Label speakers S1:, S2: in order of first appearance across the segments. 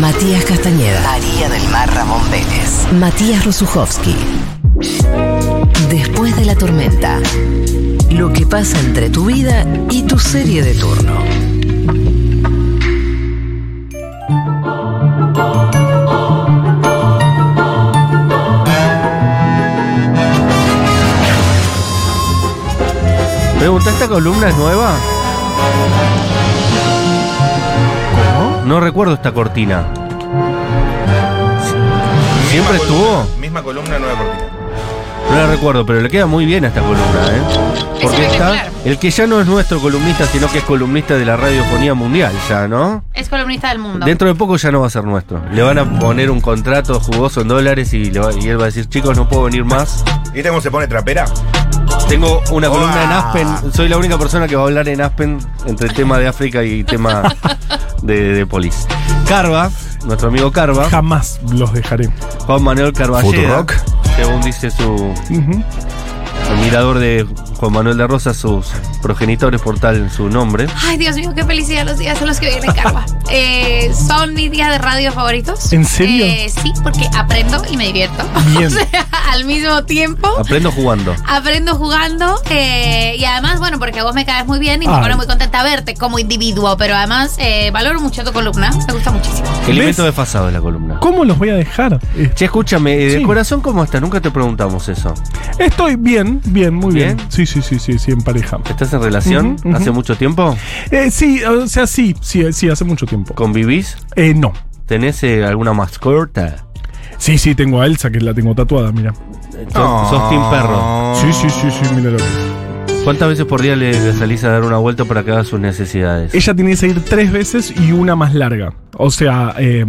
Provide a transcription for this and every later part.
S1: Matías Castañeda.
S2: María del Mar Ramón Vélez.
S1: Matías Rosuchowski. Después de la tormenta. Lo que pasa entre tu vida y tu serie de turno.
S3: Pregunta, ¿esta columna es nueva?
S4: ¿Cómo?
S3: No recuerdo esta cortina.
S4: Misma
S3: ¿Siempre
S4: columna-
S3: estuvo?
S4: Misma columna, nueva cortina.
S3: No la recuerdo, pero le queda muy bien a esta columna, ¿eh? Porque
S5: Es
S3: está
S5: espectacular.
S3: el que ya no es nuestro columnista, sino que es columnista de la radiofonía mundial, ya, ¿no?
S5: Es columnista del mundo.
S3: Dentro de poco ya no va a ser nuestro. Le van a poner un contrato jugoso en dólares y, le va- y él va a decir, chicos, no puedo venir más.
S4: ¿Viste cómo se pone trapera?
S3: Tengo una
S4: Uah.
S3: columna en Aspen. Soy la única persona que va a hablar en Aspen entre tema de África y tema de, de polis. Carva, nuestro amigo Carva,
S6: Jamás los dejaré.
S3: Juan Manuel Carballeda,
S4: Futurock.
S3: según dice su
S6: Ujú.
S3: admirador de Juan Manuel de Rosa, sus progenitores por tal su nombre.
S5: Ay, Dios mío, qué felicidad los días son los que vienen, Carva. Eh, son mis días de radio favoritos.
S6: ¿En serio?
S5: Eh, sí, porque aprendo y me divierto.
S6: Bien.
S5: O sea, al mismo tiempo.
S3: Aprendo jugando.
S5: Aprendo jugando eh, y además, bueno, porque vos me caes muy bien y me
S6: Ay.
S5: pone muy contenta verte como individuo, pero además eh, valoro mucho tu columna, me gusta muchísimo.
S3: Elemento desfasado de la columna.
S6: ¿Cómo los voy a dejar? Eh,
S3: Che, escúchame, eh, ¿de
S6: Sí.
S3: corazón cómo está? Nunca te preguntamos eso.
S6: Estoy bien, bien, muy bien.
S3: ¿Bien?
S6: Sí, sí, sí, sí, sí, en pareja.
S3: ¿Estás en relación
S6: Ujú, ujú.
S3: hace mucho tiempo?
S6: Eh, sí, o sea, sí, sí, sí, hace mucho tiempo.
S3: ¿Convivís?
S6: Eh, no.
S3: ¿Tenés eh, alguna mascota?
S6: Sí, sí, tengo a Elsa que la tengo tatuada, mira.
S3: Sos- Sos team perro.
S6: Sí, sí, sí, sí, mira lo que. es.
S3: ¿Cuántas veces por día le, le salís a dar una vuelta para que haga sus necesidades?
S6: Ella tenía que ir tres veces y una más larga. O sea, eh,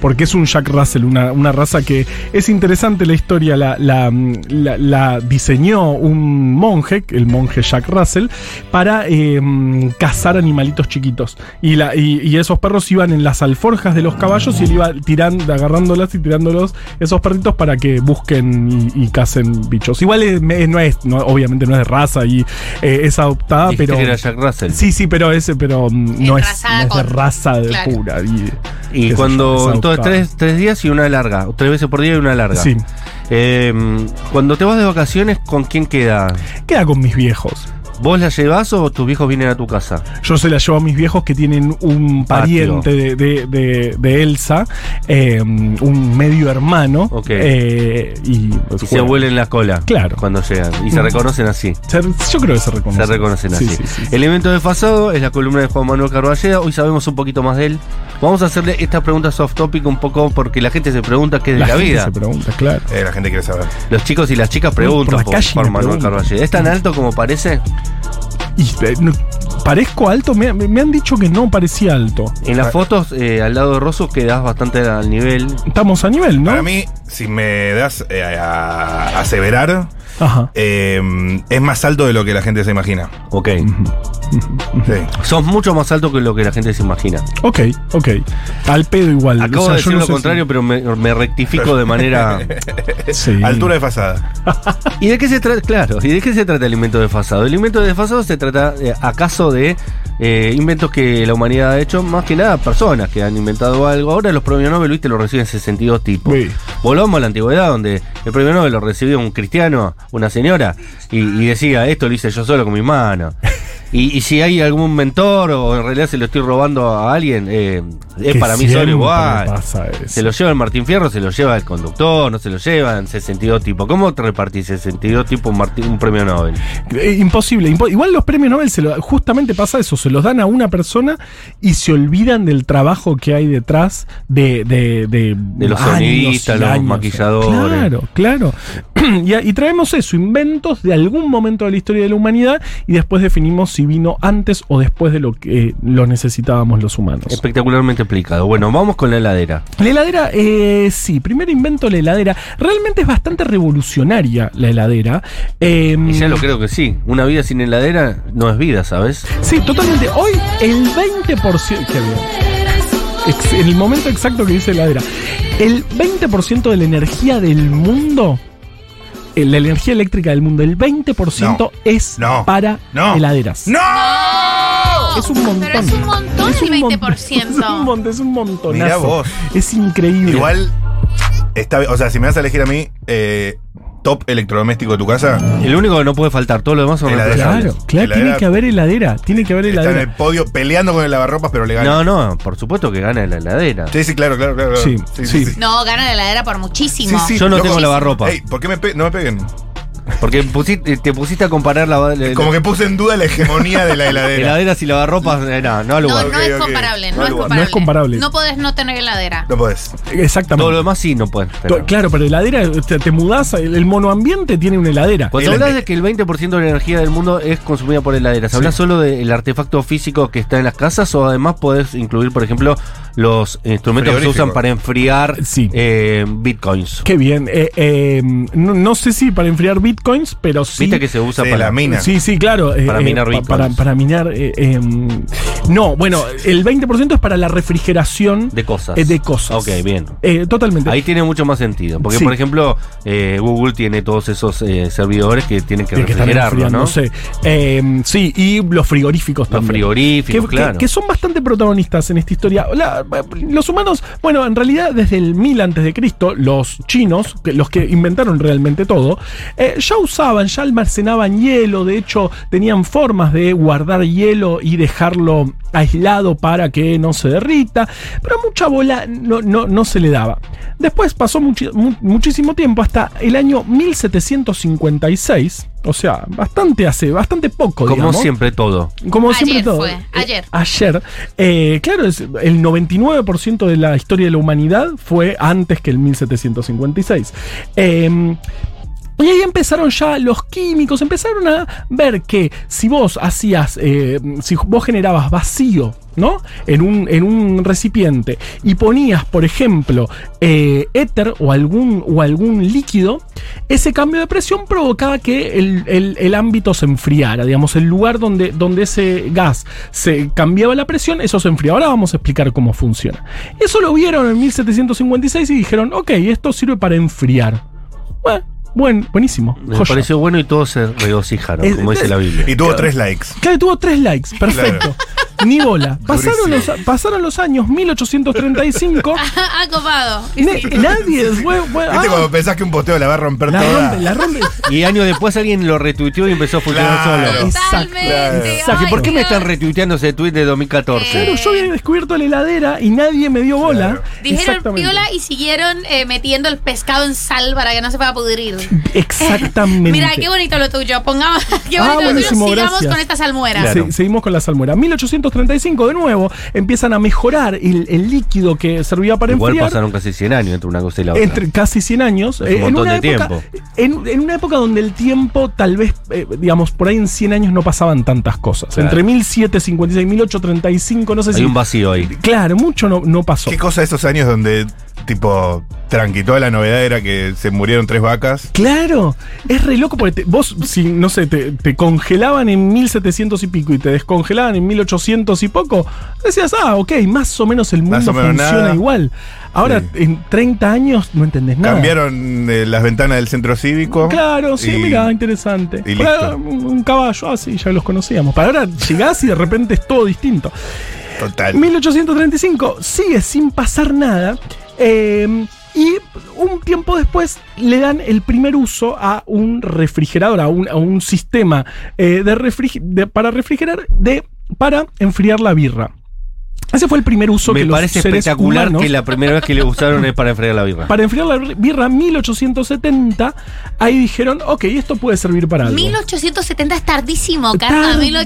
S6: porque es un Jack Russell, una, una raza que es interesante la historia. La, la, la- la diseñó un monje, el monje Jack Russell, para eh, cazar animalitos chiquitos. Y, la, y, y esos perros iban en las alforjas de los caballos y él iba tirando, agarrándolas y tirándolos esos perritos para que busquen y, y cacen bichos. Igual es- me- no es, no- obviamente no es de raza y eh, es adoptada,
S3: Dijiste
S6: pero.
S3: que era Jack Russell.
S6: Sí, sí, pero ese, pero mm, no es,
S5: Enrasada
S6: no es de
S5: con-
S6: raza de
S5: claro.
S6: pura. Y, qué
S3: y
S6: sé yo,
S3: cuando.
S6: es
S3: Entonces,
S6: adoptada.
S3: tres, tres días y una larga. Tres veces por día y una larga.
S6: Sí,
S3: Eh, cuando te vas de vacaciones, ¿con quién queda?
S6: queda con mis viejos.
S3: ¿Vos la llevas o tus viejos vienen a tu casa?
S6: Yo se la llevo a mis viejos que tienen un
S3: Patio.
S6: pariente de, de- de- de Elsa, eh, un medio hermano.
S3: Ok.
S6: eh, y pues,
S3: Y se
S6: juegan.
S3: huelen la cola.
S6: Claro.
S3: Cuando llegan. Y se
S6: Mm.
S3: reconocen así.
S6: Se- yo creo que se reconocen.
S3: Se reconocen
S6: Sí,
S3: así.
S6: sí, sí.
S3: Elemento desfasado es la columna de Juan Manuel Carballeda. Hoy sabemos un poquito más de él. Vamos a hacerle estas preguntas soft topic un poco porque la gente se pregunta qué es de
S6: La,
S3: la,
S6: gente
S3: vida.
S6: se pregunta, claro.
S4: Eh, la gente quiere saber.
S3: Los chicos y las chicas preguntan
S6: Por la
S3: por,
S6: calle
S3: por
S6: me
S3: Manuel
S6: preguntan.
S3: Carballeda. ¿Es tan alto como parece?
S6: Y, eh, no- parezco alto, me, me- me han dicho que no parecía alto.
S3: En las fotos, eh, al lado de Rosso, quedás bastante al nivel.
S6: Estamos a nivel, ¿no?
S4: Para mí, si me das eh, a a aseverar,
S6: Ajá.
S4: eh, es más alto de lo que la gente se imagina.
S3: Ok.
S4: Sí.
S3: Sos mucho más alto que lo que la gente se imagina.
S6: Ok, ok. Al pedo igual.
S3: Acabo
S6: O sea,
S3: de
S6: yo
S3: decir
S6: no
S3: lo
S6: sé si-
S3: contrario, pero me, me rectifico de manera.
S6: Sí.
S4: Altura desfasada.
S3: ¿Y de qué se trata? Claro, ¿y de qué se trata el invento desfasado? El invento desfasado se trata, eh, acaso, de eh, inventos que la humanidad ha hecho, más que nada personas que han inventado algo. Ahora los premios Nobel, viste, los reciben 62 tipos.
S6: Sí.
S3: Volvamos a la antigüedad, donde el premio Nobel lo recibió un cristiano, una señora, y, y decía, esto lo hice yo solo con mis manos. Y, y si hay algún mentor o en realidad se lo estoy robando a alguien, eh, es
S6: Que
S3: para mí solo
S6: siempre
S3: igual.
S6: pasa eso.
S3: Se lo lleva el Martín Fierro, se lo lleva el conductor, no se lo llevan 62 tipo. ¿Cómo te repartís 62 tipo un, Martín- un premio Nobel?
S6: Eh, imposible. impo- igual los premios Nobel se lo- justamente pasa eso, se los dan a una persona y se olvidan del trabajo que hay detrás de, de, de,
S3: De los
S6: años
S3: sonidistas,
S6: y
S3: los
S6: años.
S3: maquilladores.
S6: Claro, claro. y, a- y traemos eso, inventos de algún momento de la historia de la humanidad y después definimos si vino antes o después de lo que eh, lo necesitábamos los humanos.
S3: Espectacularmente explicado. Bueno, vamos con la heladera.
S6: La heladera, eh, sí, primero invento la heladera. Realmente es bastante revolucionaria la heladera. Eh,
S3: Y ya lo creo que sí. Una vida sin heladera no es vida, ¿sabes?
S6: Sí, totalmente. Hoy el 20%. Qué bien. Ex- en el momento exacto que dice heladera. El 20% de la energía del mundo. eh, La energía eléctrica del mundo, el 20% es
S4: no,
S6: para
S4: no,
S6: heladeras.
S4: ¡No!
S6: Es un montón.
S5: Pero es un montón
S6: Es
S5: el
S6: un montón,
S5: 20%.
S6: Es un, montón, es un montonazo.
S4: Mirá vos.
S6: Es increíble.
S4: Igual, está, o sea, si me vas a elegir a mí, eh, top electrodoméstico de tu casa,
S3: El único que no puede faltar, todo lo demás son
S4: El
S3: reemplazables.
S6: Claro, claro, tiene
S4: Heladera.
S6: que haber heladera. Tiene que haber
S4: está en
S6: heladera.
S4: el podio peleando con el lavarropas, pero legal.
S3: No, no, por supuesto que gana la heladera.
S4: Sí, sí, claro, claro, claro.
S6: Sí, sí.
S5: No, gana la heladera por muchísimo.
S4: Sí, sí,
S3: Yo no
S4: loco.
S3: tengo lavarropa.
S4: Ey, ¿por qué me pe- no me peguen?
S3: Porque pusiste- te pusiste a comparar la, la-
S4: Como que puse en duda la hegemonía de la heladera.
S3: heladeras y lavarropas. eh, No, no al
S5: No,
S3: lugar.
S5: no
S4: Ok,
S5: es
S4: ok.
S5: comparable, no,
S4: No
S5: es
S4: lo- no
S5: comparable.
S6: es comparable.
S5: No podés no tener heladera.
S4: No podés.
S6: Exactamente.
S3: Todo lo demás sí no pueden.
S6: To- Claro, pero heladera, te, te mudás, el, el monoambiente tiene una heladera.
S3: Cuando
S4: El
S3: hablas
S4: ente-
S3: de que el 20% de la energía del mundo es consumida por heladeras, ¿hablas solo del artefacto físico que está en las casas o además podés incluir, por ejemplo, los instrumentos que se usan
S4: Frigorífico.
S3: para enfriar
S6: Sí.
S3: eh, bitcoins?
S6: Qué bien. Eh, eh, no, no sé si para enfriar bitcoins, pero sí.
S3: ¿Viste que se usa
S4: Sí,
S3: para
S4: la mina.
S6: Sí, sí, claro. eh,
S3: Para
S6: eh,
S3: minar
S6: pa-
S3: bitcoins.
S6: Para, para minar. eh, eh, no, bueno, el 20% es para la refrigeración
S3: de cosas?
S6: eh, de cosas.
S3: Ok, bien.
S6: Eh, totalmente.
S3: Ahí tiene mucho más sentido, porque
S6: Sí.
S3: por ejemplo eh, Google tiene todos esos eh, servidores que tienen que
S6: Tiene que estar
S3: refrigerarlo, ¿no?
S6: enfriándose. Eh, sí, y los frigoríficos
S3: Los
S6: también.
S3: frigoríficos,
S6: que,
S3: claro.
S6: que- que son bastante protagonistas en esta historia. La- los humanos, bueno, en realidad desde el 1000 antes de Cristo, los chinos, que- los que inventaron realmente todo, eh, ya usaban, ya almacenaban hielo, de hecho tenían formas de guardar hielo y dejarlo aislado para que no se derrita, pero mucha bola no, no, no se le daba. Después pasó muchi- mu- muchísimo tiempo hasta el año 1756, o sea, bastante hace, bastante poco.
S3: Como
S6: digamos.
S3: siempre todo.
S6: Como
S5: Ayer
S6: siempre todo.
S5: fue,
S6: Eh,
S5: ayer.
S6: ayer. Eh, claro, es el 99% de la historia de la humanidad fue antes que el 1756. Eh, y ahí empezaron ya los químicos, empezaron a ver que si vos hacías, eh, si vos generabas vacío, ¿no? En un, en un recipiente y ponías, por ejemplo, eh, éter o algún, o algún líquido, ese cambio de presión provocaba que el, el- el ámbito se enfriara, digamos, el lugar donde, donde ese gas se cambiaba la presión, eso se enfriaba. Ahora vamos a explicar cómo funciona. Eso lo vieron en 1756 y dijeron, ok, esto sirve para enfriar. Bueno, buen, buenísimo.
S3: Me
S6: joya.
S3: pareció bueno y todos se regocijaron,
S6: Es-
S3: como dice la Biblia.
S4: Y tuvo tres likes.
S6: Claro, tuvo tres likes, perfecto. Ni bola. Pasaron los,
S4: Durísimo.
S6: pasaron los años 1835.
S5: Ah, copado.
S6: y na- nadie. fue- fue-
S4: ¿Viste
S6: ah,
S4: cuando pensás que un posteo la va a romper
S6: la
S4: toda?
S6: rompe, la rompe.
S3: Y años después alguien lo retuiteó y empezó a funcionar
S4: Claro.
S3: solo.
S5: Totalmente.
S6: Exacto.
S5: ay,
S3: ¿Y por qué me
S5: Dios.
S3: están retuiteando ese tweet de 2014?
S6: Claro, yo había descubierto la heladera y nadie me dio bola.
S5: Dijeron
S6: Exactamente.
S5: piola y siguieron eh, metiendo el pescado en sal para que no se pueda pudrir.
S6: Exactamente.
S5: Mira, qué bonito lo tuyo. Pongamos, qué bonito lo
S6: Ah,
S5: tuyo.
S6: buenísimo,
S5: Sigamos
S6: gracias.
S5: con esta salmuera.
S3: Claro.
S6: Se- seguimos con la salmuera. 1835, de nuevo, empiezan a mejorar el, el líquido que servía para
S3: Igual
S6: enfriar.
S3: pasaron casi 100 años entre una cosa y la otra.
S6: Entre casi 100 años.
S3: Es un
S6: eh,
S3: montón
S6: en una
S3: de
S6: época, En, en una época donde el tiempo, tal vez, eh, digamos, por ahí en 100 años no pasaban tantas cosas.
S3: Claro.
S6: Entre 1756 y 1835, no sé si.
S3: Hay un vacío ahí.
S6: Claro, mucho no, no pasó.
S4: ¿Qué cosa de esos años donde, tipo, tranqui, toda la novedad era que se murieron tres vacas?
S6: Claro, es re loco porque te- vos, si no sé, te, te congelaban en 1700 y pico y te descongelaban en 1800 y poco, decías, ah, ok, más o menos el
S4: Más
S6: mundo
S4: o menos
S6: funciona
S4: nada.
S6: igual. Ahora,
S4: Sí.
S6: en 30 años no entendés nada.
S4: Cambiaron eh, las ventanas del centro cívico.
S6: Claro, sí,
S4: y-
S6: mira, interesante.
S4: y
S6: Para
S4: listo.
S6: un un caballo, ah, sí, ya los conocíamos. Para ahora llegás y de repente es todo distinto.
S4: Total.
S6: 1835 sigue sin pasar nada. eh, y un tiempo después le dan el primer uso a un refrigerador, a un, a un sistema eh, de refrig- de- para refrigerar, de, para enfriar la birra. Ese fue el primer uso
S3: Me
S6: que los
S3: parece
S6: seres
S3: espectacular
S6: humanos-
S3: que la primera vez que le usaron es para enfriar la birra.
S6: Para enfriar la birra 1870, ahí dijeron, ok, esto puede servir para algo.
S5: 1870 es tardísimo, Carla.
S6: Tardísimo,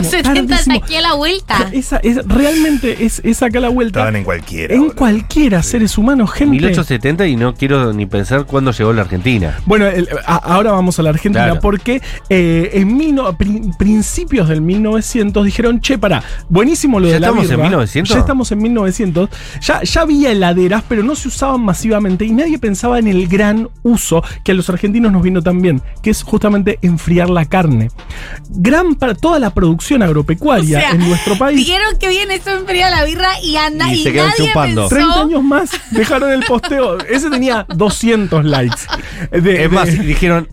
S5: 1870 es
S6: tardísimo.
S5: aquí a la vuelta.
S6: Esa, es, realmente es, es acá la vuelta.
S4: Estaban en cualquiera.
S6: En
S4: boludo.
S6: cualquiera, seres humanos, gente.
S3: 1870 y no quiero ni pensar cuándo llegó la Argentina.
S6: Bueno, el- a- ahora vamos a la Argentina
S3: Claro.
S6: porque eh, en mil no- prin- principios del 1900 dijeron, che, pará, buenísimo lo
S3: ¿Ya
S6: de la
S3: estamos en
S6: birra.
S3: 1900?
S6: Ya estamos en 1900. Ya, ya había heladeras, pero no se usaban masivamente y nadie pensaba en el gran uso que a los argentinos nos vino tan bien, que es justamente enfriar la carne. Gran para toda la producción agropecuaria
S5: O sea,
S6: en nuestro país.
S5: Dijeron que bien esto enfría la birra y anda
S3: Y
S5: y,
S3: se quedan
S5: nadie
S3: chupando.
S5: pensó.
S6: 30 años más dejaron el posteo. Ese tenía 200 likes. De-
S3: Es más,
S6: de-
S3: dijeron,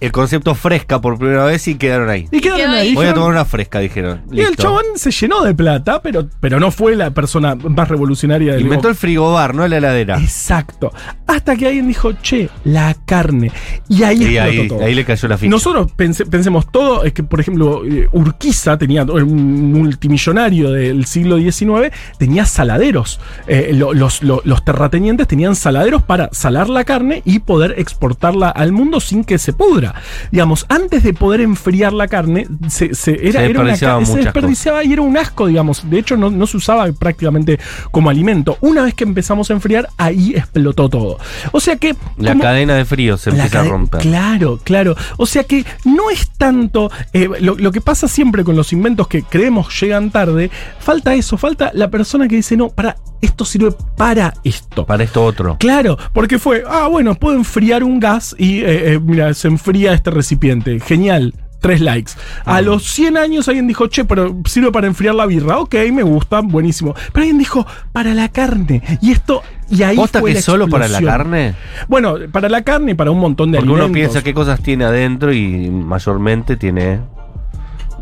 S3: el concepto fresca por primera vez y quedaron ahí.
S6: Y quedaron
S5: Quedó
S6: ahí.
S5: ahí.
S3: Voy a
S6: dijeron-
S3: tomar una fresca, dijeron.
S6: y el
S3: Listo.
S6: chabón se llenó de plata, pero, pero no fue la persona más revolucionaria del
S3: Inventó el frigobar, no la heladera.
S6: Exacto. Hasta que alguien dijo, che, la carne. Y ahí
S3: Y
S6: explotó
S3: ahí,
S6: todo.
S3: ahí le cayó la ficha.
S6: Nosotros pense- pensemos todo, es que por ejemplo eh, Urquiza tenía, era un multimillonario del siglo XIX, tenía saladeros. Eh, lo- los, lo- los terratenientes tenían saladeros para salar la carne y poder exportarla al mundo sin que se pudra. Digamos, antes de poder enfriar la carne, se, se- era,
S3: Se
S6: era una
S3: desperdiciaban
S6: ca- se
S3: muchas
S6: desperdiciaba y era un asco, digamos. De hecho, no, no se usaba prácticamente como alimento. Una vez que empezamos a enfriar, ahí explotó todo. O sea que...
S3: la
S6: como-
S3: cadena de frío se
S6: la
S3: empieza a
S6: cade-
S3: romper.
S6: Claro, claro. O sea que no es tanto. eh, lo, lo que pasa siempre con los inventos que creemos llegan tarde, falta eso, falta la persona que dice, no, para, esto sirve para esto.
S3: Para esto otro.
S6: Claro, porque fue, ah, bueno, puedo enfriar un gas y, eh, eh, mira, se enfría este recipiente. Genial. Tres likes. A los 100 años alguien dijo, che, pero sirve para enfriar la birra. Ok, me gusta, buenísimo. Pero alguien dijo, para la carne. Y esto, y ahí
S3: ¿Posta
S6: fue
S3: que
S6: la
S3: solo para la
S6: explosión.
S3: carne?
S6: Bueno, para la carne y para un montón de
S3: Porque
S6: alimentos.
S3: uno piensa qué cosas tiene adentro y mayormente tiene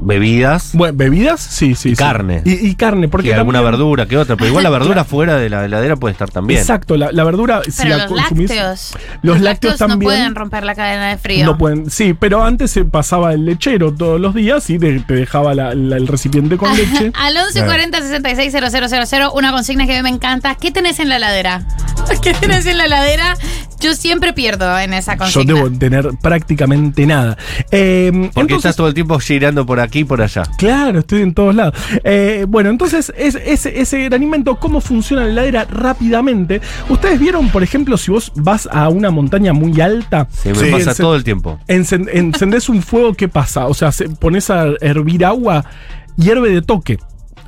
S3: bebidas.
S6: Bueno, bebidas, sí, sí.
S3: Y
S6: sí.
S3: carne.
S6: Y, y carne, porque
S3: que alguna
S6: también-
S3: verdura que otra, pero igual la verdura fuera de la heladera puede estar también.
S6: Exacto, la, la verdura, si
S5: Pero
S6: la
S5: los
S6: consumís.
S5: lácteos.
S6: Los lácteos
S5: no
S6: también-
S5: pueden romper la cadena de frío.
S6: No pueden, sí, pero antes se pasaba el lechero todos los días y te, te dejaba la- la- el recipiente con leche.
S5: Al 1140 66 000, una consigna que a mí me encanta. ¿Qué tenés en la heladera? ¿Qué tenés en la heladera? Yo siempre pierdo en esa
S6: Yo
S5: consigna.
S6: debo tener prácticamente nada. Eh,
S3: Porque
S6: entonces-
S3: estás todo el tiempo girando por aquí y por allá.
S6: Claro, estoy en todos lados. Eh, bueno, entonces es- ese, ese gran invento, cómo funciona la heladera rápidamente. Ustedes vieron, por ejemplo, si vos vas a una montaña muy alta,
S3: Se me
S4: Sí.
S3: pasa
S6: Ese-
S3: todo el tiempo.
S6: Encen- encendés un fuego, ¿qué pasa? O sea, se- pones a hervir agua, hierve de toque.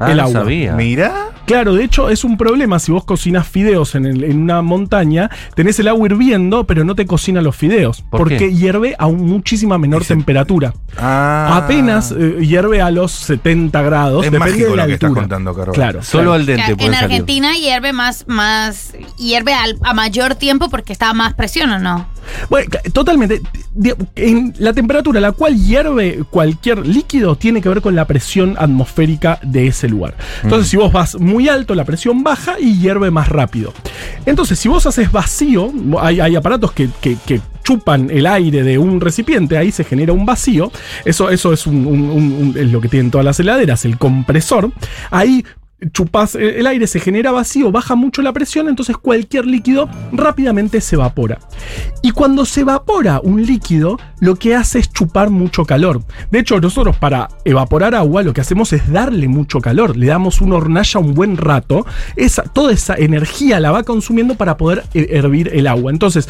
S3: Ah,
S6: el
S3: no
S6: agua.
S3: sabía.
S4: Mirá.
S6: Claro, de hecho es un problema si vos cocinas fideos en, el- en una montaña, tenés el agua hirviendo, pero no te cocina los fideos,
S3: ¿Por
S6: porque
S3: qué?
S6: hierve a un- muchísima menor temperatura.
S4: Ah.
S6: Apenas eh, hierve a los 70 grados.
S4: Es
S6: depende
S4: mágico
S6: de la
S4: lo que estás
S6: altura.
S4: contando, Carlos.
S6: Claro.
S3: Solo
S6: claro.
S3: al dente
S5: en
S3: puede salir.
S5: Argentina hierve más, más, hierve al- a mayor tiempo porque está a más presión o no.
S6: Bueno, ca- totalmente. Di- en la temperatura a la cual hierve cualquier líquido tiene que ver con la presión atmosférica de ese lugar. Entonces, si vos vas muy alto, la presión baja y hierve más rápido. Entonces, si vos haces vacío, hay, hay aparatos que, que- que chupan el aire de un recipiente, ahí se genera un vacío. Eso, eso es, un- un- un- un- es lo que tienen todas las heladeras, el compresor. Ahí chupás eh, el el aire, se genera vacío, baja mucho la presión, entonces cualquier líquido rápidamente se evapora. Y cuando se evapora un líquido, lo que hace es chupar mucho calor. De hecho, nosotros para evaporar agua lo que hacemos es darle mucho calor. Le damos una hornalla un buen rato. Esa, toda esa energía la va consumiendo para poder eh, hervir el agua. Entonces,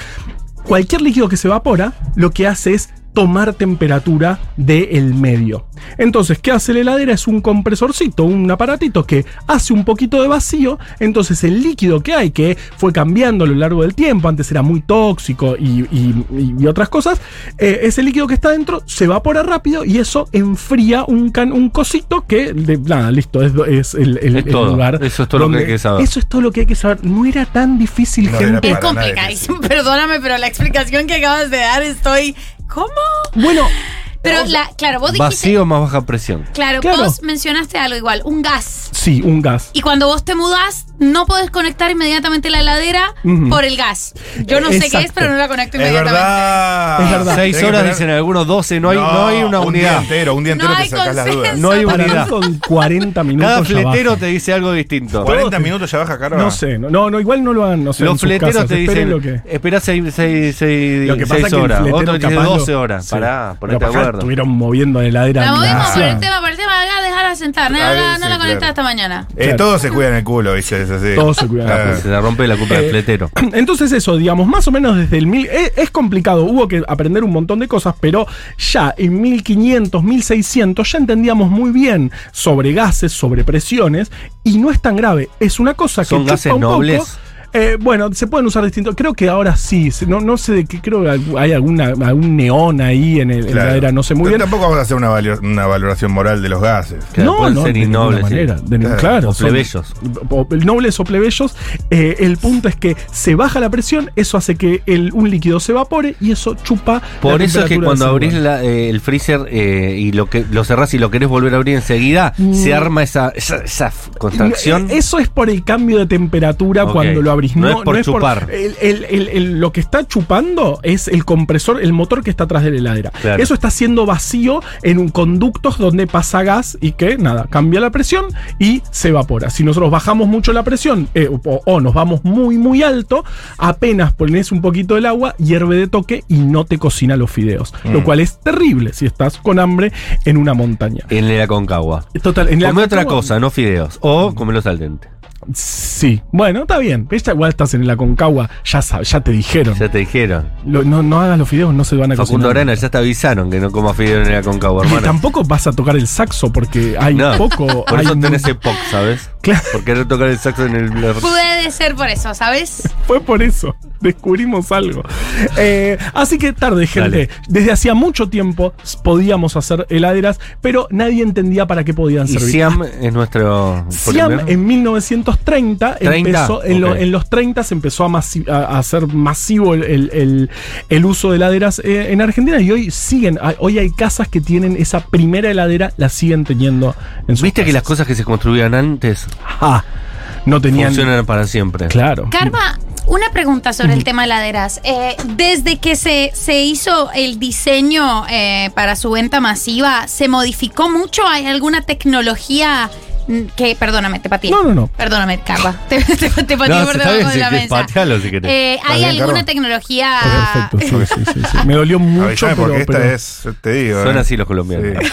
S6: cualquier líquido que se evapora lo que hace es tomar temperatura del medio. Entonces, ¿qué hace la heladera? Es un compresorcito, un aparatito que hace un poquito de vacío, entonces el líquido que hay, que fue cambiando a lo largo del tiempo, antes era muy tóxico y, y- y- y otras cosas, eh, ese líquido que está dentro se evapora rápido y eso enfría un, can, un cosito que, de- nada, listo, es, es el, el-
S3: Es
S6: el
S3: todo.
S6: lugar.
S3: Eso es todo lo que hay que saber.
S6: Eso es todo lo que hay que saber. No era tan difícil,
S4: No era
S6: gente.
S5: Es
S4: Para nada
S5: complicadísimo, perdóname, pero la explicación que acabas de dar estoy. ¿Cómo?
S6: Bueno,
S5: Pero la, claro, vos dijiste.
S3: Vacío más baja presión.
S5: Claro,
S6: Claro.
S5: vos mencionaste algo igual, un gas.
S6: sí, un gas.
S5: Y cuando vos te mudás, no podés conectar inmediatamente la heladera
S6: Ujú.
S5: por el gas. Yo no sé qué es,
S6: Exacto.
S5: pero no la conecto
S4: Es
S5: inmediatamente.
S4: verdad.
S6: Es verdad.
S3: Seis
S4: Tenés que
S3: horas
S4: esperar-
S3: dicen algunos, 12, no hay, no, hay una
S4: un Día
S3: unidad.
S4: entero, un día
S5: No
S4: entero
S5: hay
S4: te sacás las
S5: consenso.
S4: dudas.
S3: No hay
S6: Para mí
S3: unidad.
S6: con 40 minutos.
S3: Cada
S6: ya
S3: fletero
S6: basta.
S3: te dice algo distinto.
S4: 40 minutos ya baja, Carlos.
S6: No sé, no, no, no, igual no lo hagan, no sé. en
S3: Los
S6: sus
S3: fleteros
S6: casas,
S3: te
S6: esperen
S3: dicen,
S6: lo que.
S3: espera 6 seis, seis,
S6: Lo que pasa
S3: seis
S6: es que el
S3: horas,
S6: fletero
S3: otro te dice
S6: capaz lo-
S3: 12 horas,
S6: Sí.
S3: pará,
S6: Pero
S3: ponete de
S6: capaz
S3: acuerdo.
S6: Estuvieron moviendo la heladera.
S5: La
S6: en
S5: movimos este- por
S6: casa.
S5: el tema, por el tema, acá dejarla sentar. No,
S4: A ver,
S5: no, no
S4: sí,
S5: la conectas
S4: claro.
S5: hasta mañana.
S4: Eh,
S6: Claro.
S4: todos se cuidan el culo, dices así.
S6: Todos se cuidan el
S4: Ah.
S6: culo.
S3: Se la rompe la culpa del
S6: Eh,
S3: fletero.
S6: Entonces eso, digamos, más o menos desde el mil... Es, es complicado, hubo que aprender un montón de cosas, pero ya en 1500, 1600 ya entendíamos muy bien sobre gases, sobre presiones, y no es tan grave. Es una cosa que
S3: Son
S6: chupa
S3: gases
S6: un poco.
S3: nobles.
S6: Eh, bueno, se pueden usar distintos. Creo que ahora sí. se- No, no sé de qué. Creo que algu- hay alguna, algún neón ahí en, el, en la era. No sé muy
S4: Pero
S6: bien.
S4: Tampoco vamos a hacer una, valio- una valoración moral de los gases.
S3: Claro, pueden ser
S6: de ninguna
S3: innobles, sí.
S6: manera, de ni-
S4: Claro,
S6: claro,
S3: o
S6: son-
S3: plebeyos.
S6: o nobles o plebeyos. eh, el punto es que se baja la presión, eso hace que el, un líquido se evapore y eso chupa.
S3: Por
S6: la
S3: eso es que
S6: temperatura
S3: cuando
S6: del
S3: abrís
S6: lugar.
S3: la- eh, el freezer eh, y lo que lo cerrás y lo querés volver a abrir enseguida, se arma esa, esa, esa f- contracción.
S6: Eh, Eso Mm. es por el cambio de temperatura
S3: Ok.
S6: cuando lo abrís.
S3: No es por chupar.
S6: el- el- el- el- lo que está chupando es el compresor, el motor que está atrás de la heladera.
S3: Claro.
S6: Eso está siendo vacío en un conductos donde pasa gas y que, nada, cambia la presión y se evapora. Si nosotros bajamos mucho la presión eh, o, o nos vamos muy, muy alto, apenas ponés un poquito del agua, hierve de toque y no te cocina los fideos.
S3: Mm.
S6: Lo cual es terrible si estás con hambre en una montaña.
S3: En la concagua.
S6: Total, en la
S3: Come Eh, otra
S6: Aconcagua-
S3: cosa, no fideos. O comelos al dente.
S6: Sí, bueno, está bien. Esta igual estás en la Concagua, ya, sab- ya te dijeron.
S3: Ya te dijeron.
S6: Lo- no, no hagas los fideos, no se van a
S3: Facundo
S6: cocinar.
S3: Arana, ya te avisaron que no comas fideos en la concagua,
S6: Y
S3: hermano.
S6: tampoco vas a tocar el saxo porque hay
S3: No,
S6: poco.
S3: Por
S6: hay
S3: eso
S6: mu-
S3: tenés ese pop, ¿sabes?
S6: Claro.
S3: Por querer tocar el saxo en el.
S5: Puede ser por eso, ¿sabes?
S6: Fue por eso, descubrimos algo. Eh, así que tarde,
S3: Dale.
S6: gente. Desde hacía mucho tiempo podíamos hacer heladeras, pero nadie entendía para qué podían
S3: Y
S6: servir.
S3: Siam es nuestro.
S6: Siam
S3: polímero.
S6: en 1930
S3: ¿30?
S6: empezó, en, lo-
S3: Ok.
S6: en los 30 se empezó a, masi- a- a hacer masivo el, el- el- el uso de heladeras eh, en Argentina y hoy siguen, hay- hoy hay casas que tienen esa primera heladera, la siguen teniendo en sus
S3: ¿Viste que las
S6: casas.
S3: cosas que se construían antes
S6: Ah, no tenían...
S3: funcionan para siempre?
S6: Claro.
S5: Karma, una pregunta sobre el tema laderas. Eh, desde que se, se hizo el diseño eh, para su venta masiva, ¿se modificó mucho? ¿Hay alguna tecnología mm, que, perdóname, te pateé?
S6: No, no, no.
S5: Perdóname, Karma. Te, te, te pateé
S3: No,
S5: por
S3: está
S5: debajo
S3: bien,
S5: de
S3: si
S5: la
S3: querés,
S5: mesa.
S3: patealo si querés.
S5: Eh,
S4: Está
S5: ¿Hay
S4: bien,
S5: alguna
S4: Karma.
S5: tecnología? Ah.
S6: Perfecto, sí, sí, sí, sí. Me dolió mucho,
S4: Avisame
S6: pero,
S4: porque esta
S6: pero-
S4: es, te digo.
S3: Son
S4: eh.
S3: así los colombianos.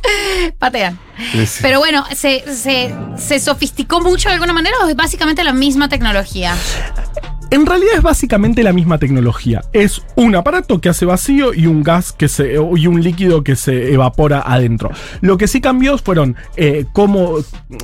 S4: Sí.
S5: Patean.
S4: Sí, sí.
S5: Pero bueno, ¿se, se, ¿se sofisticó mucho de alguna manera o es básicamente la misma tecnología?
S6: En realidad es básicamente la misma tecnología. Es un aparato que hace vacío y un gas que se y un líquido que se evapora adentro. Lo que sí cambió fueron eh, cómo,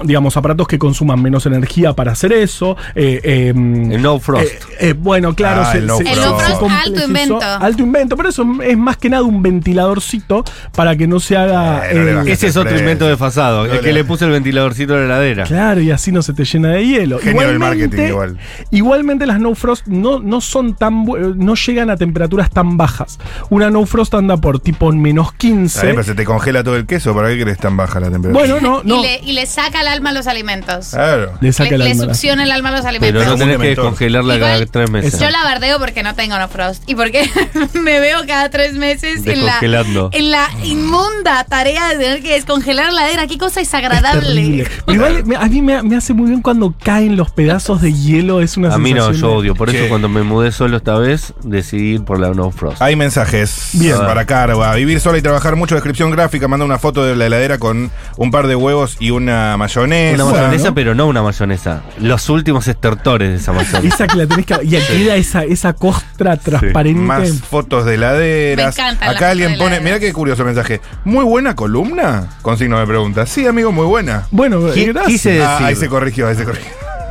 S6: digamos, aparatos que consuman menos energía para hacer eso. eh, eh,
S3: El No Frost.
S6: eh, eh, bueno, claro,
S4: Ah, el no frost. El no frost,
S5: alto invento.
S6: Alto invento, pero eso es más que nada un ventiladorcito para que no se haga.
S4: Eh, no le
S6: eh,
S4: bajes.
S3: Ese es otro
S4: Sorpresa.
S3: invento desfasado. El
S4: Hola.
S3: que le puse el ventiladorcito a la heladera.
S6: Claro, y así no se te llena de hielo.
S4: Genio del marketing igual.
S6: Igualmente las no frost no, no son tan bu- no llegan a temperaturas tan bajas. Una no frost anda por tipo menos
S4: Está bien,
S6: 15.
S4: pero se te congela todo el queso. ¿Para qué crees tan baja la temperatura?
S6: Bueno, no, no. Ah,
S5: Y, le, y le saca el alma a los alimentos.
S4: Claro.
S6: Le saca
S5: le,
S6: el
S5: le
S6: alma.
S5: succiona el alma a los alimentos.
S3: Pero no
S4: Como
S3: tenés
S4: un
S3: que
S4: dementor.
S3: congelarla cada
S5: Igual,
S3: tres meses.
S5: Yo la bardeo porque no tengo no frost y porque me veo cada tres meses en la,
S3: Descongelando.
S5: en la inmunda tarea de tener que descongelar la heladera. Qué cosa
S6: Es terrible.
S5: desagradable.
S6: Pero igual, me- a mí me, me hace muy bien cuando caen los pedazos de hielo. Es una
S3: A mí no,
S6: sensación
S3: yo
S6: de-
S3: odio. Por eso
S4: Che.
S3: cuando me mudé solo esta vez, decidí ir por la No Frost.
S4: Hay mensajes
S6: Bien.
S4: para Carva. Vivir sola y trabajar mucho. Descripción gráfica. Manda una foto de la heladera con un par de huevos y una mayonesa.
S3: Una mayonesa,
S4: ¿no?
S3: pero no una mayonesa. Los últimos estertores de esa mayonesa.
S6: Esa que la tenés que. Y queda esa, esa costra transparente.
S4: Más fotos de heladeras.
S5: Me encantan las
S4: Acá alguien
S5: fotos de
S4: pone, mira
S5: heladeras.
S4: qué curioso mensaje. Muy buena columna. Con signo de pregunta. Sí, amigo, muy buena.
S6: Bueno, eh,
S3: Qui-
S6: gracias.
S3: quise
S4: Ah, ahí se
S3: decir.
S4: corrigió, ahí se corrigió.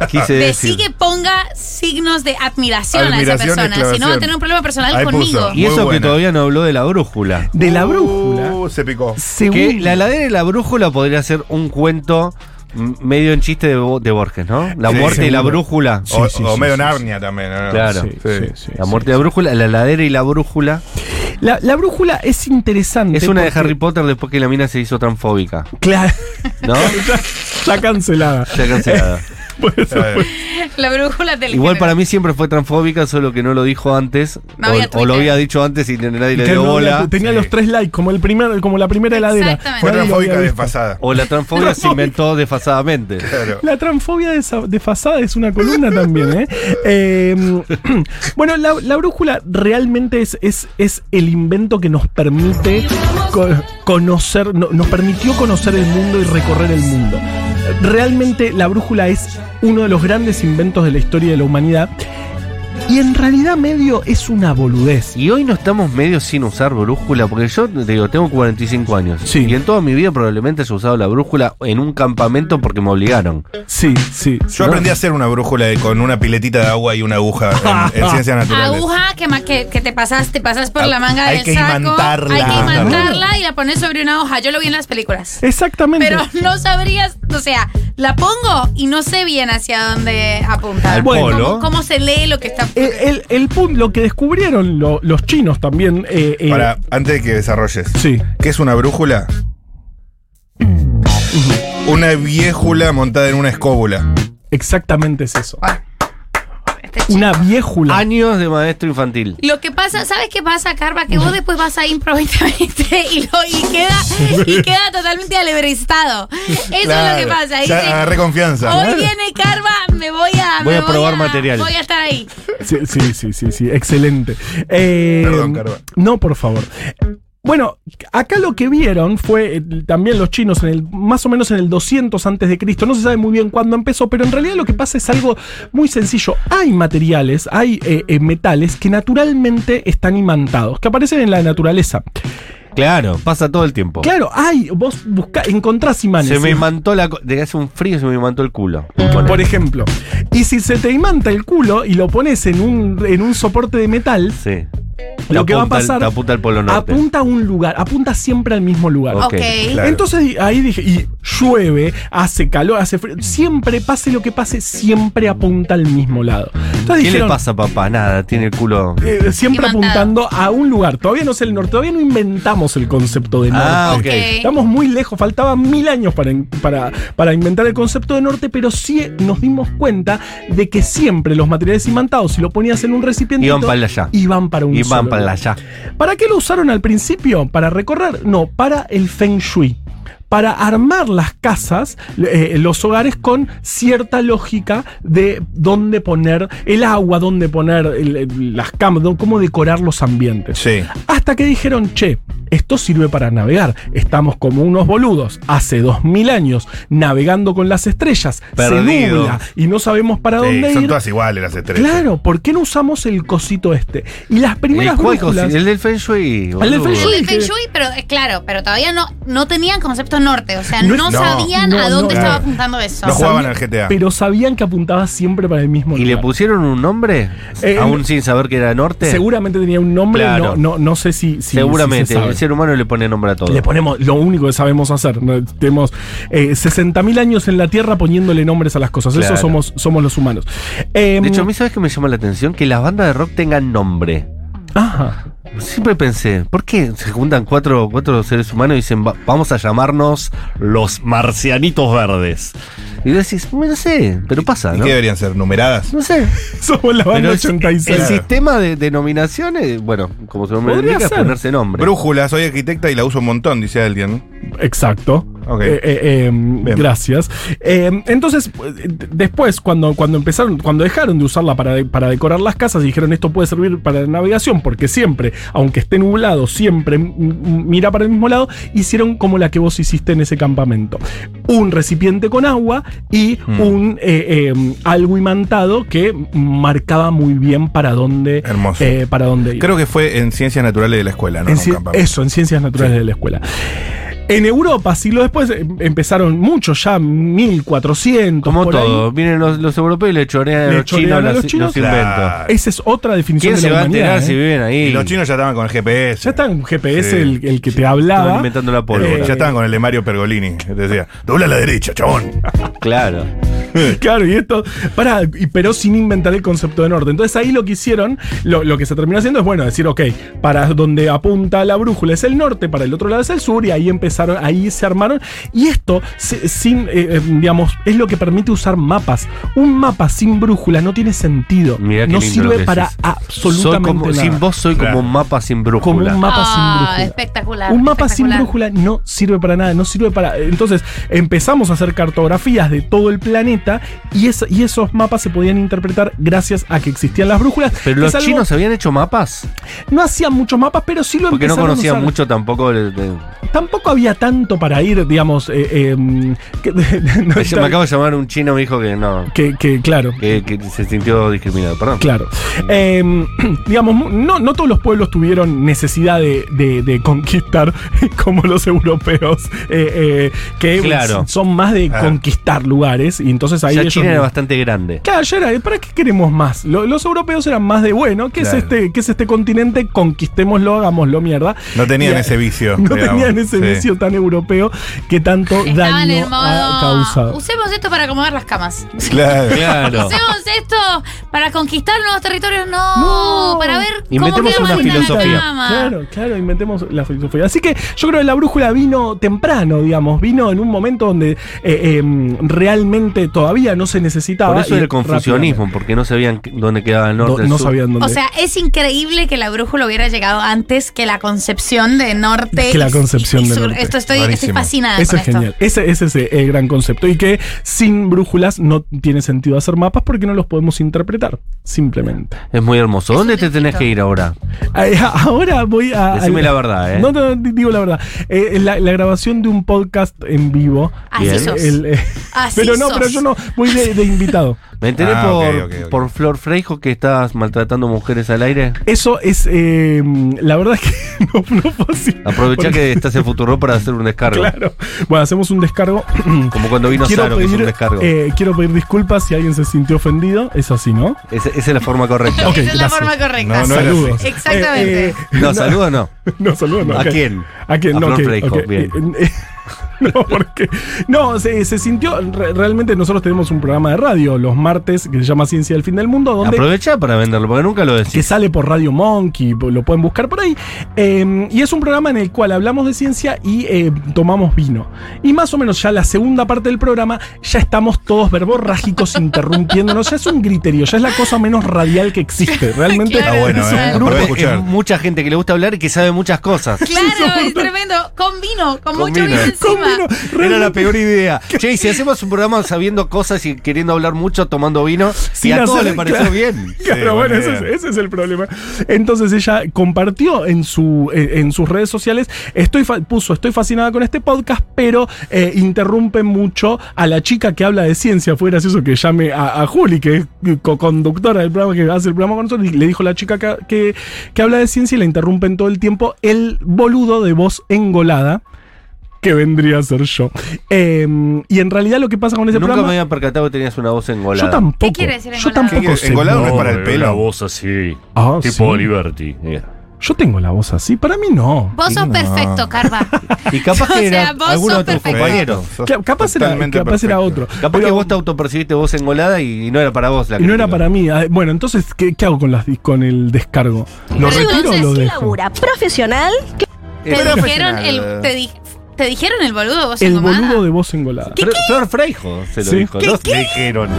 S3: Quise
S5: Decí
S3: decir.
S5: que ponga signos de admiración a esa
S4: Admiración,
S5: persona, si no va a
S4: exclamación.
S5: tener un problema personal
S4: Ahí
S5: conmigo.
S4: puso.
S3: Y
S4: Muy
S3: eso que
S4: buena.
S3: todavía no habló de la brújula.
S6: De la
S4: Uh,
S6: brújula.
S4: se picó.
S3: Que
S6: según-
S3: la heladera y la brújula podría ser un cuento mm, medio en chiste de, Bo- de Borges, ¿no? La
S4: Sí,
S3: muerte y la
S6: seguro.
S3: brújula. Oh,
S6: Sí,
S4: O,
S6: sí,
S4: o
S6: sí,
S4: medio
S6: sí,
S4: Narnia también. ¿no?
S3: Claro.
S6: Sí, sí, sí,
S3: la
S6: sí.
S3: muerte y la brújula, la heladera y la brújula.
S6: La, la brújula es interesante.
S3: Es una de
S6: porque-
S3: Harry Potter después que la mina se hizo transfóbica,
S6: Claro.
S3: ¿no?
S6: ya, ya cancelada.
S3: Ya cancelada.
S6: Por eso
S4: Está bien.
S5: La brújula del
S3: Igual
S5: género.
S3: para mí siempre fue transfóbica, solo que no lo dijo antes.
S5: No
S3: o-
S5: había
S3: o,
S5: Twitter.
S3: lo había dicho antes y nadie le
S6: Que
S3: dio
S6: no había-
S3: bola.
S6: tenía
S4: Sí.
S6: los tres likes, como el primer, como la primera heladera.
S5: Exactamente.
S4: Fue
S6: Nadie lo
S4: transfóbica
S6: había visto.
S4: desfasada.
S3: O la transfobia se inventó desfasadamente.
S4: Claro.
S6: La transfobia desa- desfasada es una columna también, ¿eh? Eh, bueno, la, la brújula realmente es, es, es el invento que nos permite co- conocer, no- nos permitió conocer el mundo y recorrer el mundo. Realmente la brújula es uno de los grandes inventos de la historia de la humanidad. Y en realidad medio es una boludez.
S3: Y hoy no estamos medio sin usar brújula, porque yo te digo, tengo 45 años.
S6: Sí.
S3: Y en toda mi vida probablemente he usado la brújula en un campamento porque me obligaron.
S6: Sí, sí.
S4: Yo aprendí a hacer una brújula de- con una piletita de agua y una aguja en, en ciencias naturales.
S5: Aguja que, ma- que, que te pasas, te pasas por
S4: Ah,
S5: la manga
S4: hay
S5: del
S4: que
S5: saco.
S4: imantarla.
S5: Hay que imantarla y la pones sobre una hoja. Yo lo vi en las películas.
S6: Exactamente.
S5: Pero no sabrías, o sea, la pongo y no sé bien hacia dónde apuntar.
S4: Al
S5: Cómo-
S4: polo. Eh,
S5: Cómo, se lee lo que está.
S6: el, Eh, el, el punto, lo que descubrieron lo- los chinos también. eh, eh,
S4: Para, antes de que desarrolles.
S6: Sí.
S4: ¿Qué es una brújula? Una viejula montada en una escóbula.
S6: Exactamente es eso.
S5: Este chico.
S6: Una viejula.
S3: Años de maestro infantil.
S5: Lo que pasa, ¿sabes qué pasa, Carva? Que vos después vas a improvisamente y, lo- y queda, y queda totalmente alebrestado. Eso
S4: Claro,
S5: es lo que pasa.
S4: Ya
S5: Dice,
S4: agarré confianza.
S5: Hoy viene Carva, me voy a.
S3: Voy
S5: me
S3: a probar material.
S5: Voy a estar ahí.
S6: Sí, sí, sí, sí, sí, excelente. Eh,
S4: Perdón, Carva.
S6: No, por favor. Bueno, acá lo que vieron fue eh, también los chinos en el más o menos en el 200 antes de Cristo. No se sabe muy bien cuándo empezó, pero en realidad lo que pasa es algo muy sencillo. Hay materiales, hay eh, eh, metales que naturalmente están imantados, que aparecen en la naturaleza.
S3: Claro, pasa todo el tiempo.
S6: Claro, hay, vos buscás, encontrás imanes.
S3: Se me
S6: ¿sí?
S3: imantó la. co- De que hace un frío se me imantó el culo.
S6: Por ejemplo, y si se te imanta el culo y lo pones en un, en un soporte de metal,
S3: Sí.
S6: lo que va a
S3: Apunta al-
S6: pasar
S3: te apunta al polo norte. Oh.
S6: apunta a un lugar, apunta siempre al mismo lugar.
S3: Ok.
S5: Ok.
S4: Claro.
S6: Entonces ahí dije, y llueve, hace calor, hace frío, siempre pase lo que pase, siempre apunta al mismo lado. Entonces
S3: ¿Qué
S6: dijeron,
S3: le pasa, papá? Nada, tiene el culo.
S6: eh,
S5: Imantado.
S6: siempre apuntando a un lugar. Todavía no sé el norte, todavía no inventamos el concepto de norte.
S3: Ah, ok.
S5: Ok.
S6: Estamos muy lejos, faltaban mil años para, in- para, para inventar el concepto de norte, pero sí eh, nos dimos cuenta de que siempre los materiales imantados, si lo ponías en un recipiente,
S3: Iban para allá.
S6: iban para un
S3: Y van
S6: solo
S3: para
S6: lugar.
S3: allá.
S6: ¿Para qué lo usaron al principio? ¿Para recorrer? No, para el feng shui. Para armar las casas, eh, los hogares con cierta lógica de dónde poner el agua, dónde poner el- el- las camas, dó- cómo decorar los ambientes.
S4: Sí.
S6: Hasta que dijeron, che, esto sirve para navegar. Estamos como unos boludos hace dos mil años navegando con las estrellas. Se
S3: Perdidos.
S6: nubla y no sabemos para
S4: Sí,
S6: dónde
S4: son
S6: ir.
S4: todas iguales las estrellas.
S6: Claro, ¿por qué no usamos el cosito este? Y las primeras
S3: ¿El, cuál
S6: brújulas-
S3: cosi- el del Feng Shui.
S6: El del Feng
S3: boludo.
S5: El de
S6: Sí,
S5: Feng
S6: que-
S5: Shui, pero eh, claro, pero todavía no, no tenían concepto norte, o sea,
S6: No
S5: no,
S6: es-
S4: no,
S5: sabían
S6: no,
S5: a dónde
S6: no.
S5: estaba
S4: Claro.
S5: apuntando eso.
S4: No jugaban
S6: Sabía-
S4: al GTA.
S6: Pero sabían que apuntaba siempre para el mismo
S3: ¿Y le
S6: lugar.
S3: pusieron un nombre?
S6: Eh,
S3: aún sin saber que era norte.
S6: Seguramente tenía un nombre,
S3: Claro.
S6: no, no, no sé si. si-
S3: Seguramente.
S6: si se sabe.
S3: el ser humano le pone nombre a todo.
S6: Le ponemos lo único que sabemos hacer. ¿no? Tenemos eh, 60.000 años en la Tierra poniéndole nombres a las cosas.
S3: Claro.
S6: Eso somos, somos los humanos. Eh,
S3: de hecho, a mí, ¿sabes qué me llama la atención? Que las bandas de rock tengan nombre.
S6: ajá.
S3: Siempre pensé, ¿por qué se juntan cuatro, cuatro seres humanos y dicen, "Va- vamos a llamarnos los marcianitos verdes? Y decís, "Mm, no sé, pero pasa,
S4: ¿Y
S3: ¿no?
S4: qué deberían ser? ¿Numeradas?
S3: No sé.
S6: Somos la banda
S3: Pero es- el
S6: 86.
S3: sistema de denominaciones, bueno, como su nombre
S6: Podría
S3: indica, es
S6: ser.
S3: ponerse nombre.
S4: Brújula, soy arquitecta y la uso un montón, dice alguien.
S6: Exacto.
S4: Ok.
S6: Eh, eh, eh, gracias. Eh, entonces, pues, eh, después, cuando, cuando empezaron, cuando dejaron de usarla para, de- para decorar las casas, y dijeron esto puede servir para la navegación, porque siempre, aunque esté nublado, siempre m- m- mira para el mismo lado, hicieron como la que vos hiciste en ese campamento. Un recipiente con agua y
S4: Mm.
S6: un eh, eh, algo imantado que marcaba muy bien para dónde,
S4: Hermoso.
S6: eh, para dónde ir.
S4: Creo que fue en ciencias naturales de la escuela, ¿no?
S6: En
S4: No,
S6: cien-
S4: campamento.
S6: eso, en ciencias naturales de la escuela. En Europa, siglos después, em- empezaron muchos ya, 1400.
S3: Como
S6: por
S3: todo, vienen los, los europeos y le chorean
S6: Le
S3: a los
S6: chorean a
S3: chinos
S6: los
S3: los,
S6: chinos.
S3: los inventos.
S4: Claro.
S6: ahí. Esa es otra definición
S3: ¿Quién
S6: de
S3: se
S6: la
S3: va a
S6: humanidad.
S3: enterar si
S6: ¿eh?
S3: viven ahí?
S4: Y los chinos ya estaban con el GPS.
S6: Ya está en GPS
S4: Sí.
S6: el, el que te hablaba.
S3: Estaban inventando la
S4: Eh,
S3: pólvora.
S4: ya estaban con el de Mario Pergolini. que te Decía, dobla a la derecha, chabón.
S3: Claro.
S6: Claro, y esto, para, pero sin inventar el concepto de norte. Entonces ahí lo que hicieron, lo, lo que se terminó haciendo es, bueno, decir, ok, para donde apunta la brújula es el norte, para el otro lado es el sur, y ahí empezaron, ahí se armaron. Y esto, se- sin, eh, eh, digamos, es lo que permite usar mapas. Un mapa sin brújula no tiene sentido.
S3: Mirá qué
S6: no
S3: lindo lo
S6: sirve
S3: que
S6: para
S3: decís.
S6: absolutamente
S3: Soy como-
S6: nada.
S3: Sin vos soy
S4: Claro.
S3: como un mapa sin
S6: Como
S3: brújula.
S6: un mapa
S5: Ah,
S6: sin brújula.
S5: espectacular,
S6: Un mapa sin
S5: espectacular.
S6: brújula no sirve para nada, no sirve para. Entonces empezamos a hacer cartografías de todo el planeta absoluta y, es- y esos mapas se podían interpretar gracias a que existían las brújulas.
S3: Pero
S6: que
S3: los
S6: es algo-
S3: chinos habían hecho mapas.
S6: no hacían muchos mapas, pero sí lo
S3: Porque no
S6: empezaron a
S3: conocían
S6: usar.
S3: mucho tampoco. de- de-
S6: Tampoco había tanto para ir, digamos. eh, eh, que- no
S3: me,
S6: está-
S3: acabo de llamar un chino, me dijo que no.
S6: que- que claro.
S3: Que, que se sintió discriminado, perdón.
S6: Claro. Eh, digamos, mu- no, no todos los pueblos tuvieron necesidad de, de- de conquistar como los europeos, eh, eh, que
S3: Claro.
S6: son más de
S4: Claro.
S6: conquistar lugares. Y entonces ahí
S3: ya
S6: ellos.
S3: China era bastante grande.
S6: Claro, ya era, ¿para qué queremos más? Lo- los europeos eran más de bueno, ¿qué,
S4: Claro.
S6: es este, ¿qué es este continente? Conquistémoslo, hagámoslo mierda.
S4: No tenían
S6: Y-
S4: ese vicio.
S6: No
S4: digamos.
S6: tenían ese
S4: Sí.
S6: vicio tan europeo que tanto
S5: Estaban
S6: daño
S5: en
S6: ha
S5: modo.
S6: causado.
S5: Usemos esto para acomodar las camas.
S4: Claro.
S3: Claro.
S5: Usemos esto para conquistar nuevos territorios. No,
S6: No.
S5: para ver cómo
S3: Inventemos
S5: queda
S3: una
S5: más linda
S3: filosofía.
S5: la cama.
S6: Claro, claro, inventemos la filosofía. Así que yo creo que la brújula vino temprano, digamos, vino en un momento donde eh, eh, realmente todavía no se necesitaba.
S3: Por eso
S6: y
S3: era el confusionismo, porque no sabían qué- dónde quedaba el norte.
S6: rápidamente.
S3: el
S6: No, no
S3: sur.
S6: sabían dónde.
S5: O sea, es increíble que la brújula hubiera llegado antes que la concepción de norte.
S6: Que la
S5: y-
S6: concepción
S5: y
S6: de
S5: sur.
S6: norte.
S5: Esto estoy, estoy
S4: Rarísimo.
S5: fascinada
S6: eso
S5: con
S6: es
S5: esto.
S6: genial. Ese, ese es eh, el gran concepto. Y que sin brújulas no tiene sentido hacer mapas porque no los podemos interpretar, simplemente.
S3: Es muy hermoso. ¿Dónde te tenés que ir ahora?
S6: Ay, Ahora voy a.
S3: Decime
S6: al-
S3: la verdad, ¿eh?
S6: No, no, no, digo la verdad. Eh, la, la grabación de un podcast en vivo.
S5: Así
S6: Eh,
S5: sos.
S6: eh,
S5: Así
S6: pero no,
S5: sos.
S6: pero yo no. Voy de, de invitado.
S3: Me enteré
S4: Ah,
S3: por,
S4: ok, ok, ok.
S3: por Flor Freijo que estás maltratando mujeres al aire.
S6: Eso es. eh, la verdad es que no, no fue así.
S3: Aprovechá que estás en Futuro para hacer un descargo.
S6: Claro. Bueno, hacemos un descargo.
S3: Como cuando vino Saro, que hizo un descargo.
S6: eh, quiero pedir disculpas si alguien se sintió ofendido. Es así, ¿no?
S3: Esa, esa es la forma correcta.
S6: Ok,
S5: Esa es la
S6: gracias.
S5: forma correcta.
S4: No, no era
S6: Saludos.
S4: así.
S5: Exactamente.
S6: Eh, eh,
S3: No, saludos no.
S6: No, saludos. no,
S3: ¿A
S6: ok.
S3: quién?
S6: ¿A quién?
S3: A
S6: no,
S3: Flor
S6: ok,
S3: Freijo,
S6: ok.
S3: bien.
S6: Eh, eh, No, porque. No, se, se sintió. re- realmente nosotros tenemos un programa de radio los martes que se llama Ciencia del Fin del Mundo, donde
S3: Aprovechá para venderlo, porque nunca lo
S6: que
S3: decís.
S6: sale por Radio Monkey, po- lo pueden buscar por ahí. Eh, y es un programa en el cual hablamos de ciencia y eh, tomamos vino. Y más o menos ya la segunda parte del programa ya estamos todos verborrágicos interrumpiéndonos. Ya es un griterío, ya es la cosa menos radial que existe. Realmente
S5: Claro.
S4: Está bueno,
S6: es
S4: ¿eh?
S6: un
S4: Lo
S6: grupo.
S4: voy a
S3: Aparte,
S4: escuchar.
S3: es mucha gente que le gusta hablar y que sabe muchas cosas.
S5: Claro, es tremendo. Con vino, con,
S3: Con
S5: mucho vino,
S3: vino.
S5: encima.
S3: Era la peor idea. Che, y si hacemos un programa sabiendo cosas y queriendo hablar mucho, tomando vino, y
S6: Sin
S3: a todos
S6: hacer-
S3: les pareció
S6: claro.
S3: bien.
S6: Claro,
S4: Sí,
S6: bueno,
S4: buena
S6: ese es,
S4: idea.
S6: ese es el problema. Entonces ella compartió en, su, eh, en sus redes sociales, estoy fa- puso, estoy fascinada con este podcast, pero eh, interrumpe mucho a la chica que habla de ciencia. Fue gracioso que llame a, a Juli, que es co-conductora del programa, que hace el programa con nosotros, y le dijo la chica que, que, que habla de ciencia y la interrumpen todo el tiempo el boludo de voz engolada. Que vendría a ser yo. Eh, y en realidad lo que pasa con ese
S3: Nunca me
S6: programa.
S3: había percatado que tenías una voz engolada.
S6: Yo tampoco.
S5: ¿Qué quiere decir
S6: Yo
S5: engolada?
S6: tampoco sé.
S4: Engolado no es para el
S7: Una
S4: pelo.
S7: voz así,
S6: Ah,
S7: tipo
S6: sí.
S7: Oliverti.
S6: Yo tengo la voz así, para mí no.
S5: Vos sos
S4: No.
S5: perfecto, Carva.
S3: Y capaz
S5: O
S3: que
S5: sea,
S3: era
S5: vos
S3: alguno de
S5: sos
S3: tus
S5: perfecto.
S3: compañeros.
S4: Sos
S6: Ca- Capaz, era,
S4: totalmente
S6: capaz era
S4: perfecto.
S6: otro.
S3: Capaz
S6: Pero-
S3: que vos te autopercibiste voz engolada y, y no era para vos la
S6: y no era
S3: crítica.
S6: para mí. Ah, Bueno, entonces, ¿qué, qué hago con, las, dis- con el descargo? ¿Lo
S5: Pero
S6: retiro o
S5: entonces,
S6: lo
S5: ¿qué
S6: dejo?
S8: profesional
S3: Eh,
S5: Te
S3: Flor-
S5: dijeron el, te, di- te dijeron el boludo, vos
S6: El
S5: engomada?
S6: boludo de voz engolada.
S3: Flor- Flor Freijo se lo
S6: Sí.
S3: dijo.
S6: ¿Qué-
S3: ¿no? Le dijeron.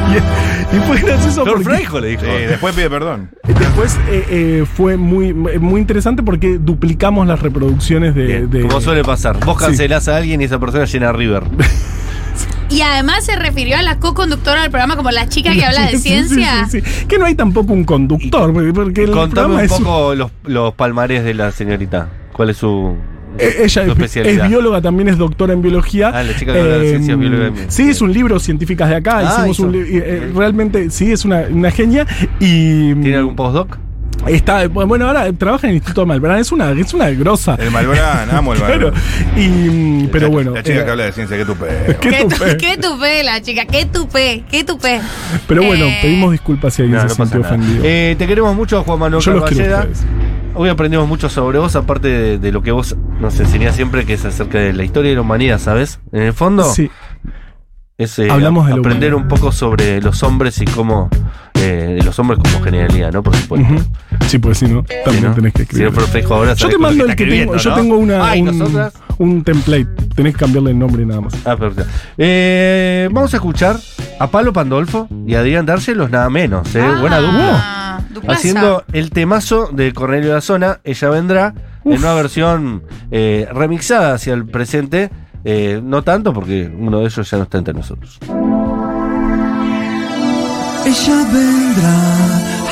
S6: Y fue gracioso
S3: Flor
S6: porque
S3: Freijo le dijo.
S4: Sí, después pide perdón.
S6: después eh, eh, fue muy, muy interesante porque duplicamos las reproducciones de...
S3: Bien,
S6: de-
S3: como suele pasar. Vos
S6: Sí.
S3: cancelás a alguien y esa persona llena River.
S5: Y además se refirió a la co-conductora del programa como la chica que habla de
S6: Sí, sí,
S5: ciencia.
S6: sí, sí. Que no hay tampoco un conductor, porque- porque el programa
S3: Contame un
S6: es un-
S3: poco los, los palmarés de la señorita. ¿Cuál es su,
S6: Eh,
S3: su
S6: Ella es,
S3: especialidad?
S6: es bióloga, también es doctora en biología. Em,
S3: Ah, la chica que habla de ciencias, bióloga en-
S6: Sí, es un libro científicas de acá.
S3: Ah,
S6: hicimos
S3: hizo.
S6: un li- eh, eh, realmente, sí, es una, una genia. Y mm,
S3: ¿Tiene algún postdoc?
S6: está. Bueno, ahora trabaja en el Instituto de Malbrán. Es una, es una grosa.
S4: El Malbrán, amo el
S6: Claro.
S4: Malbrán.
S6: Y, mm, pero
S4: La-
S6: bueno.
S4: La chica
S6: eh,
S4: que habla de ciencia, que tupe.
S6: qué
S5: Qué, tu-
S6: tupé.
S5: qué tupé la chica, qué tupé, qué tupé.
S6: Pero bueno,
S5: Eh,
S6: pedimos disculpas si alguien
S3: No,
S6: se
S3: no pasa
S6: sintió
S3: nada.
S6: ofendido.
S3: Eh, te queremos mucho, Juan Manuel
S6: Yo los quiero a
S3: Carballeda.
S6: ustedes.
S3: Hoy aprendimos mucho sobre vos, aparte de, de lo que vos nos enseñás siempre, que es acerca de la historia de la humanidad, ¿sabes? En el fondo,
S6: Sí,
S3: es eh,
S6: Hablamos de la
S3: aprender un poco sobre los hombres y cómo. eh, los hombres como generalidad, ¿no? Por supuesto.
S6: ujú. sí, pues si no, también
S3: ¿no?
S6: tenés que
S3: Si
S6: escribir.
S3: no protejo ahora,
S6: yo
S3: sabés
S6: te
S3: con lo
S6: mando
S3: que
S6: el que
S3: está escribiendo,
S6: tengo. Yo
S3: ¿no?
S6: tengo una,
S3: Ah, ¿y
S6: un,
S3: nosotras?
S6: un template. Tenés que cambiarle el nombre y nada más.
S3: Ah, perfecto. Eh, vamos a escuchar a Pablo Pandolfo y a Adrián Dárselos, nada menos. ¿eh? Buena dupla.
S5: Ah,
S6: Uh.
S5: duplaza.
S3: Haciendo el temazo de Cornelio de la Zona, ella vendrá en una versión eh, remixada hacia el presente. eh, no tanto porque uno de ellos ya no está entre nosotros.
S7: ella vendrá